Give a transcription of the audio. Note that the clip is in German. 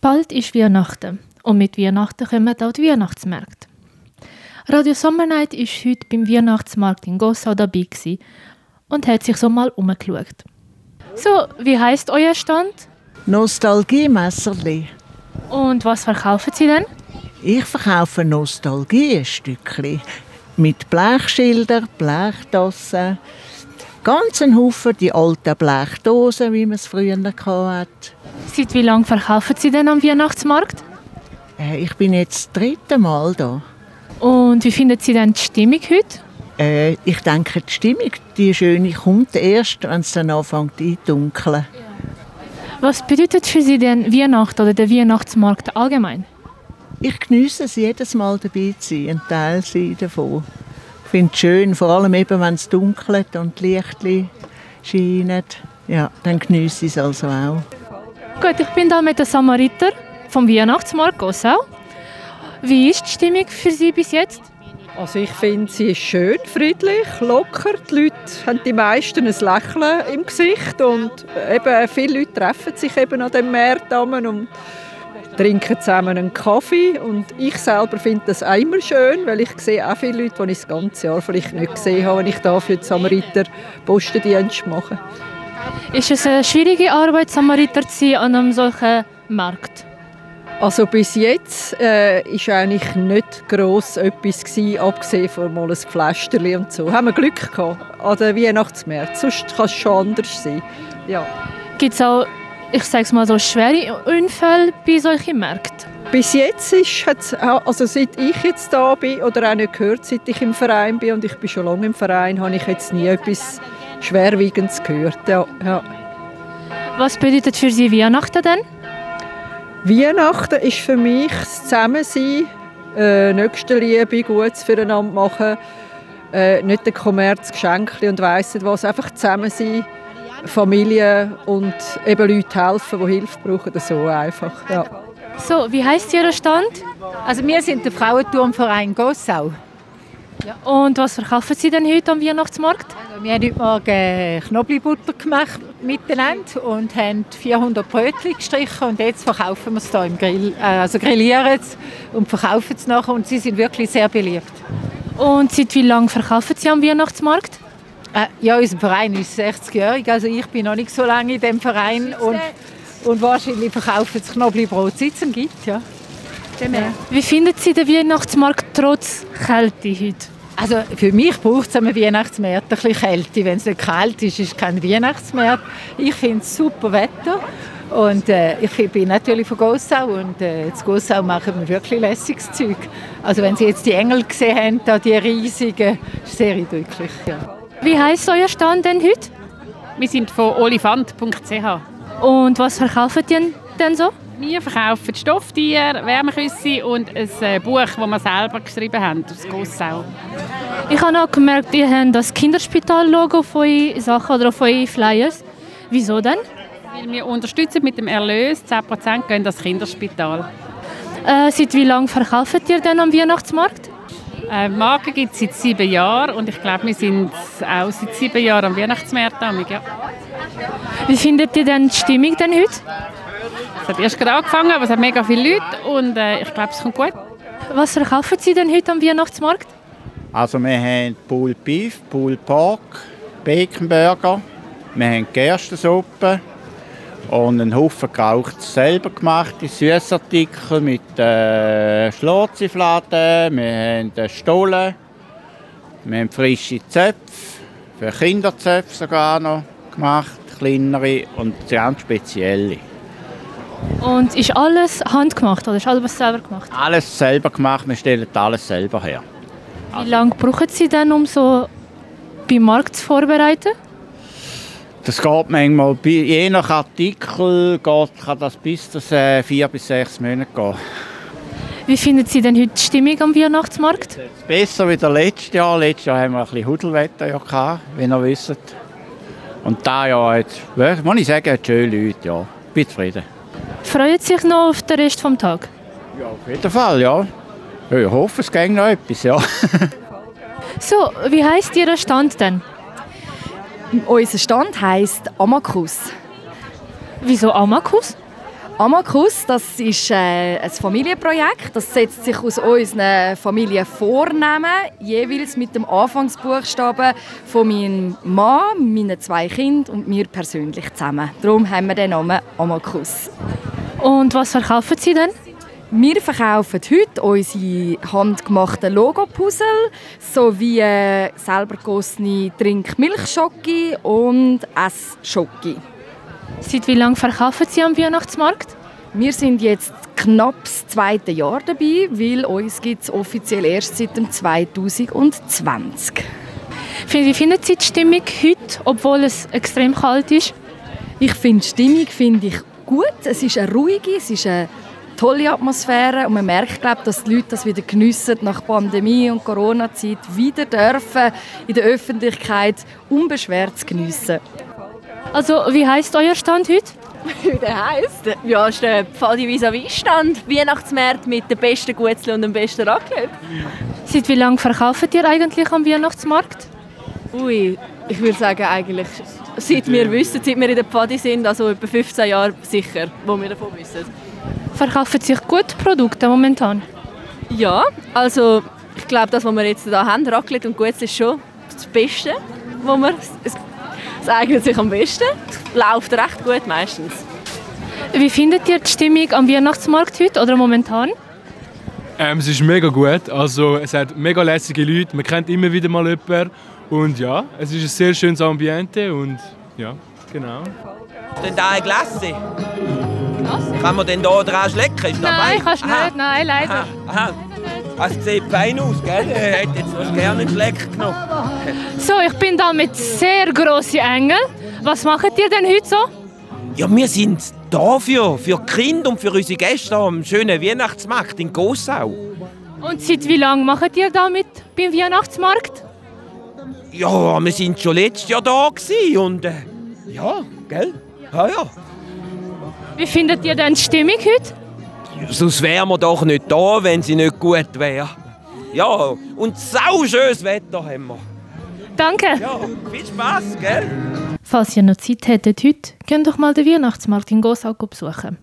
Bald ist Weihnachten und mit Weihnachten kommen auch die Weihnachtsmärkte. Radio Sommernight ist heute beim Weihnachtsmarkt in Gossau dabei gewesen und hat sich so mal umgeschaut. So, wie heißt euer Stand? Nostalgie-Messerli. Und was verkaufen Sie denn? Ich verkaufe Nostalgie-Stückchen. Mit Blechschilder, Blechdossen. Ganzen Haufen die alten Blechdosen, wie man es früher hatte. Seit wie lange verkaufen Sie denn am Weihnachtsmarkt? Äh, Ich bin jetzt das dritte Mal da. Und wie finden Sie denn die Stimmung heute? Äh, Ich denke, die Stimmung, die schöne, kommt erst, wenn es dann anfängt einzudunkeln. Was bedeutet für Sie denn Weihnachten oder der Weihnachtsmarkt allgemein? Ich geniesse es jedes Mal dabei zu sein, ein Teil sein davon. Ich finde es schön, vor allem eben, wenn es dunkelt und die Lichter scheinen. Ja, dann geniesse ich es also auch. Gut, ich bin da mit der Samariter vom Weihnachtsmarkt Gossau. Wie ist die Stimmung für Sie bis jetzt? Also ich finde, sie ist schön, friedlich, locker. Die Leute haben die meisten ein Lächeln im Gesicht und äh, eben viele Leute treffen sich eben an dem Markt zusammen und trinken zusammen einen Kaffee. Und ich selber finde das auch immer schön, weil ich sehe auch viele Leute, die ich das ganze Jahr vielleicht nicht gesehen habe, wenn ich da für die Samariter Postendienst mache. Ist es eine schwierige Arbeit, Samariter zu sein an einem solchen Markt? Also bis jetzt äh, ist eigentlich nicht gross etwas gewesen, abgesehen von mal ein Pflästerli und so. Haben wir Glück gehabt an den Weihnachtsmärkten. Sonst kann es schon anders sein. Ja. Gibt es auch, ich sage es mal so, schwere Unfälle bei solchen Märkten? Bis jetzt ist hat's auch- also seit ich jetzt da bin oder auch nicht gehört, seit ich im Verein bin und ich bin schon lange im Verein, habe ich jetzt nie etwas schwerwiegendes gehört. Ja, ja. Was bedeutet für Sie Weihnachten denn? Weihnachten ist für mich das Zusammensein, äh, Nächstenliebe, Gutes füreinander machen, äh, nicht der Kommerz, Geschenke und weiss nicht was, einfach zusammen sein, Familie und eben Leute helfen, die Hilfe brauchen, so einfach. Ja. So, wie heißt Ihr Stand? Also wir sind der Frauenturmverein Gossau. Und was verkaufen Sie denn heute am Weihnachtsmarkt? Also wir haben heute Morgen äh, Knoblauchbutter gemacht miteinander und haben 400 Brötchen gestrichen und jetzt verkaufen wir es hier im Grill. Äh, Also grillieren es und verkaufen es nachher und sie sind wirklich sehr beliebt. Und seit wie lange verkaufen Sie am Weihnachtsmarkt? Äh, Ja, unser Verein ist 60-jährig, also ich bin noch nicht so lange in dem Verein und, und wahrscheinlich verkaufen es Knoblauchbrot, seit es ihn gibt. Ja. Wie finden Sie den Weihnachtsmarkt trotz Kälte heute? Also für mich braucht es am Weihnachtsmarkt ein bisschen Kälte. Wenn es nicht kalt ist, ist kein Weihnachtsmarkt. Ich finde es super Wetter. Und äh, ich bin natürlich von Gossau und äh, in Gossau machen wir wirklich lässiges Zeug. Also wenn Sie jetzt die Engel gesehen haben, da die riesigen, ist sehr eindrücklich. Ja. Wie heißt euer Stand denn heute? Wir sind von olifant.ch. Und was verkaufen die denn so? Wir verkaufen Stofftiere, Wärmeküsse und ein äh, Buch, das wir selber geschrieben haben, aus Gossau. Ich habe auch gemerkt, ihr habt das Kinderspital-Logo auf eure Sachen oder auf eure Flyers. Wieso denn? Weil wir unterstützen mit dem Erlös, 10% gehen das Kinderspital. Äh, seit wie lange verkauft ihr denn am Weihnachtsmarkt? Äh, die Marke gibt es seit sieben Jahren und ich glaube, wir sind auch seit sieben Jahren am Weihnachtsmarkt. damit, Ja. Wie findet ihr denn die Stimmung denn heute? Es hat erst gerade angefangen, aber es hat mega viele Leute und äh, ich glaube, es kommt gut. Was verkaufen sie denn heute am Weihnachtsmarkt? Also wir haben Bull Beef, Bull Pork, Baconburger, wir haben Gerstensuppe und einen Haufen gerauchtes selber gemachte Süßartikel mit äh, Schlotzifladen, wir haben äh, Stollen, wir haben frische Zöpfe, für Kinderzöpfe sogar noch gemacht, kleinere und ganz spezielle. Und ist alles handgemacht oder ist alles selber gemacht? Alles selber gemacht, wir stellen alles selber her. Wie lange brauchen sie denn, um so beim Markt zu vorbereiten? Das geht manchmal, bi- je nach Artikel geht, kann das bis zu äh, vier bis sechs Monate gehen. Wie findet sie denn heute die Stimmung am Weihnachtsmarkt? Jetzt Besser wie letztes Jahr. Letztes Jahr haben wir ein bisschen Hudelwetter, ja gehabt, wie ihr wisst. Und dieses Jahr, jetzt, wirklich, muss ich sagen, hat schöne Leute, ja. Ich bin zufrieden. Freuen sie sich noch auf den Rest vom Tag? Ja, auf jeden Fall, ja. Ja, Ich hoffe, es ging noch etwas, ja. So, wie heißt Ihr Stand denn? Unser Stand heißt Amakus. Wieso Amakus? Amakus, das ist äh, ein Familienprojekt. Das setzt sich aus unseren Familienvornamen, jeweils mit dem Anfangsbuchstaben von meinem Mann, meinen zwei Kindern und mir persönlich zusammen. Darum haben wir den Namen Amakus. Und was verkaufen Sie denn? Wir verkaufen heute unsere handgemachten Logo-Puzzle sowie äh, selber gegossene Trinkmilchschocke und Essschocke. Seit wie lange verkaufen Sie am Weihnachtsmarkt? Wir sind jetzt knapp das zweite Jahr dabei, weil uns gibt es offiziell erst seit dem 2020. Fin- Wie finden Sie die Stimmung heute, obwohl es extrem kalt ist? Ich finde die Stimmung finde ich gut. Es ist eine ruhige, es ist eine tolle Atmosphäre und man merkt, glaube ich, dass die Leute das wieder geniessen nach Pandemie und Corona-Zeit wieder dürfen in der Öffentlichkeit unbeschwert zu geniessen. Also, wie heißt euer Stand heute? der heisst? Ja, ist der Pfadi vis stand Weihnachtsmarkt mit den besten Gutzli und dem besten Raclette. Seit wie lange verkauft ihr eigentlich am Weihnachtsmarkt? Ui, ich würde sagen, eigentlich, seit wir wissen, seit wir in der Pfadi sind, also etwa 15 Jahre sicher, wo wir davon wissen. Verkaufen sich gut die Produkte momentan? Ja, also ich glaube, das, was wir jetzt hier haben, Raclette und Gutzli, ist schon das Beste, wo wir... Es, es eignet sich am besten, läuft recht gut meistens. Wie findet ihr die Stimmung am Weihnachtsmarkt heute oder momentan? Ähm, es ist mega gut. Also, es hat mega lässige Leute. Man kennt immer wieder mal jemanden. Und ja, es ist ein sehr schönes Ambiente. Und ja, genau. denn da eine Glasse? Kann man denn da dran schlecken? Ist da fein? Aha, nein, leider. Aha. Ah, Es sieht fein aus, gell? Ich hätte jetzt fast gerne einen Schleck genommen. So, ich bin da mit sehr grossen Engeln. Was macht ihr denn heute so? Ja, wir sind dafür, für die Kinder und für unsere Gäste am schönen Weihnachtsmarkt in Gossau. Und seit wie lange macht ihr da mit beim Weihnachtsmarkt? Ja, wir sind schon letztes Jahr da gewesen und... Äh, ja, gell? Ja, ja. Wie findet ihr denn die Stimmung heute? Sonst wären wir doch nicht da, wenn sie nicht gut wäre. Ja, und sau schönes Wetter haben wir. Danke. Ja, viel Spaß, gell? Falls ihr noch Zeit hättet heute, könnt doch mal den Weihnachtsmarkt in Gossau besuchen.